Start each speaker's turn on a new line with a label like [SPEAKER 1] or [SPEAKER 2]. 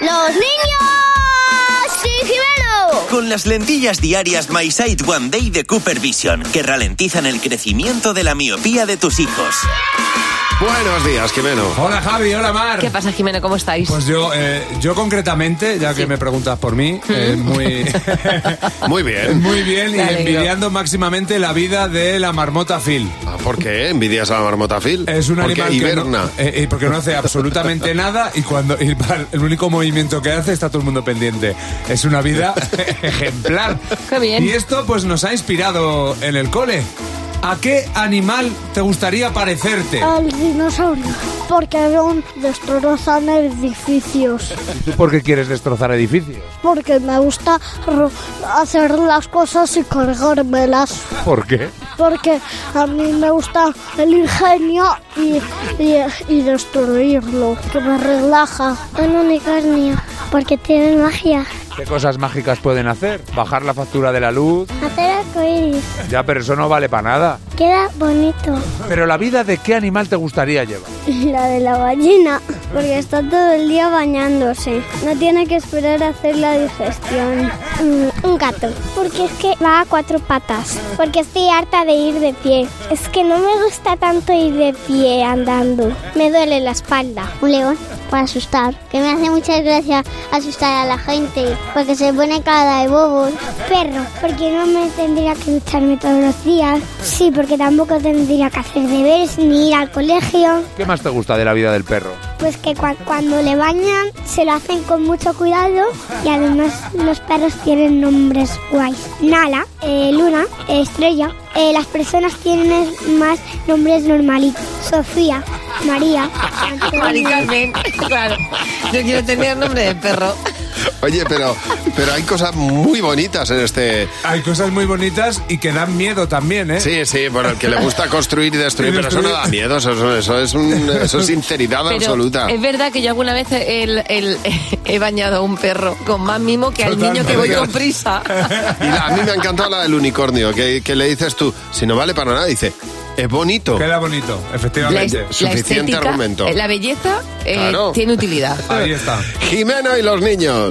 [SPEAKER 1] los niños! ¡Sí, Jimeno!
[SPEAKER 2] Con las lentillas diarias My Sight One Day de Cooper Vision, que ralentizan el crecimiento de la miopía de tus hijos.
[SPEAKER 3] Buenos días, Jimeno.
[SPEAKER 4] Hola Javi, hola Mar.
[SPEAKER 5] ¿Qué pasa, Jimeno? ¿Cómo estáis?
[SPEAKER 4] Pues yo, eh, yo concretamente, ya que me preguntas por mí, eh, muy,
[SPEAKER 3] Muy bien.
[SPEAKER 4] muy bien y
[SPEAKER 5] ¿Mm? Me alegro.
[SPEAKER 4] envidiando máximamente la vida de la marmota Phil.
[SPEAKER 3] Ah, ¿Por qué envidias a la marmota Phil?
[SPEAKER 4] Es un
[SPEAKER 3] Porque
[SPEAKER 4] animal que
[SPEAKER 3] hiberna.
[SPEAKER 4] no- eh, eh, porque no hace absolutamente nada y cuando y para- el único movimiento que hace está todo el mundo pendiente. Es una vida ejemplar.
[SPEAKER 5] Qué bien.
[SPEAKER 4] Y esto pues nos ha inspirado en el cole. ¿A qué animal te gustaría parecerte?
[SPEAKER 5] Ah.
[SPEAKER 6] Al dinosaurio, porque aún destrozan edificios.
[SPEAKER 4] ¿Tú por qué quieres destrozar edificios?
[SPEAKER 6] Porque me gusta ro- hacer las cosas y cargármelas.
[SPEAKER 4] ¿Por qué?
[SPEAKER 6] Porque a mí me gusta el ingenio y, y, y destruirlo, que me relaja. Un unicornio, porque tiene magia.
[SPEAKER 4] ¿Qué cosas mágicas pueden hacer? Bajar la factura de la luz.
[SPEAKER 6] Hacer arcoíris,
[SPEAKER 4] Ya, pero eso no vale para nada.
[SPEAKER 6] queda bonito.
[SPEAKER 4] Pero la vida de qué animal te gustaría llevar?
[SPEAKER 6] La de la ballena, porque está todo el día bañándose. No tiene que esperar a hacer la digestión. Mm, un gato, porque es que va a cuatro patas. Porque estoy harta de ir de pie. Es que no me gusta tanto ir de pie andando. Me duele la espalda. Un león, para asustar. Que me hace mucha gracia asustar a la gente, porque se pone cara de bobos. Perro, porque no me tendría que ducharme todos los días. Sí, porque tampoco tendría que hacer deberes ni ir al colegio.
[SPEAKER 4] ¿Qué más te gusta de la vida del perro?
[SPEAKER 6] Pues que cua- cuando le bañan se lo hacen con mucho cuidado y además los perros tienen nombres guays. Nala, eh, Luna, eh, Estrella. Eh, las personas tienen más nombres normalitos. Sofía, María,
[SPEAKER 5] Mari
[SPEAKER 6] Antonio.
[SPEAKER 5] Carmen, claro. Yo quiero tener nombre de perro.
[SPEAKER 3] Oye, pero, pero hay cosas muy bonitas en este.
[SPEAKER 4] Hay cosas muy bonitas y que dan miedo también, ¿eh?
[SPEAKER 3] Sí, sí, por el que le gusta construir y destruir,
[SPEAKER 4] Y
[SPEAKER 3] pero eso no
[SPEAKER 4] destruir.
[SPEAKER 3] da miedo, eso, eso- eso es, un- eso es sinceridad
[SPEAKER 5] Pero
[SPEAKER 3] absoluta.
[SPEAKER 5] es verdad que yo alguna vez el- el- he bañado a un perro con más mimo que al niño que voy con prisa.
[SPEAKER 3] Y la- a mí me ha encantado la del unicornio, que, que le dices tú, si no vale para nada, dice, es bonito.
[SPEAKER 4] Queda bonito,
[SPEAKER 5] La,
[SPEAKER 4] efectivamente.
[SPEAKER 5] es- la
[SPEAKER 3] Suficiente
[SPEAKER 5] estética,
[SPEAKER 3] argumento.
[SPEAKER 5] eh, la belleza eh,
[SPEAKER 3] Claro.
[SPEAKER 5] tiene utilidad.
[SPEAKER 4] Ahí está.
[SPEAKER 3] Jimeno y los niños.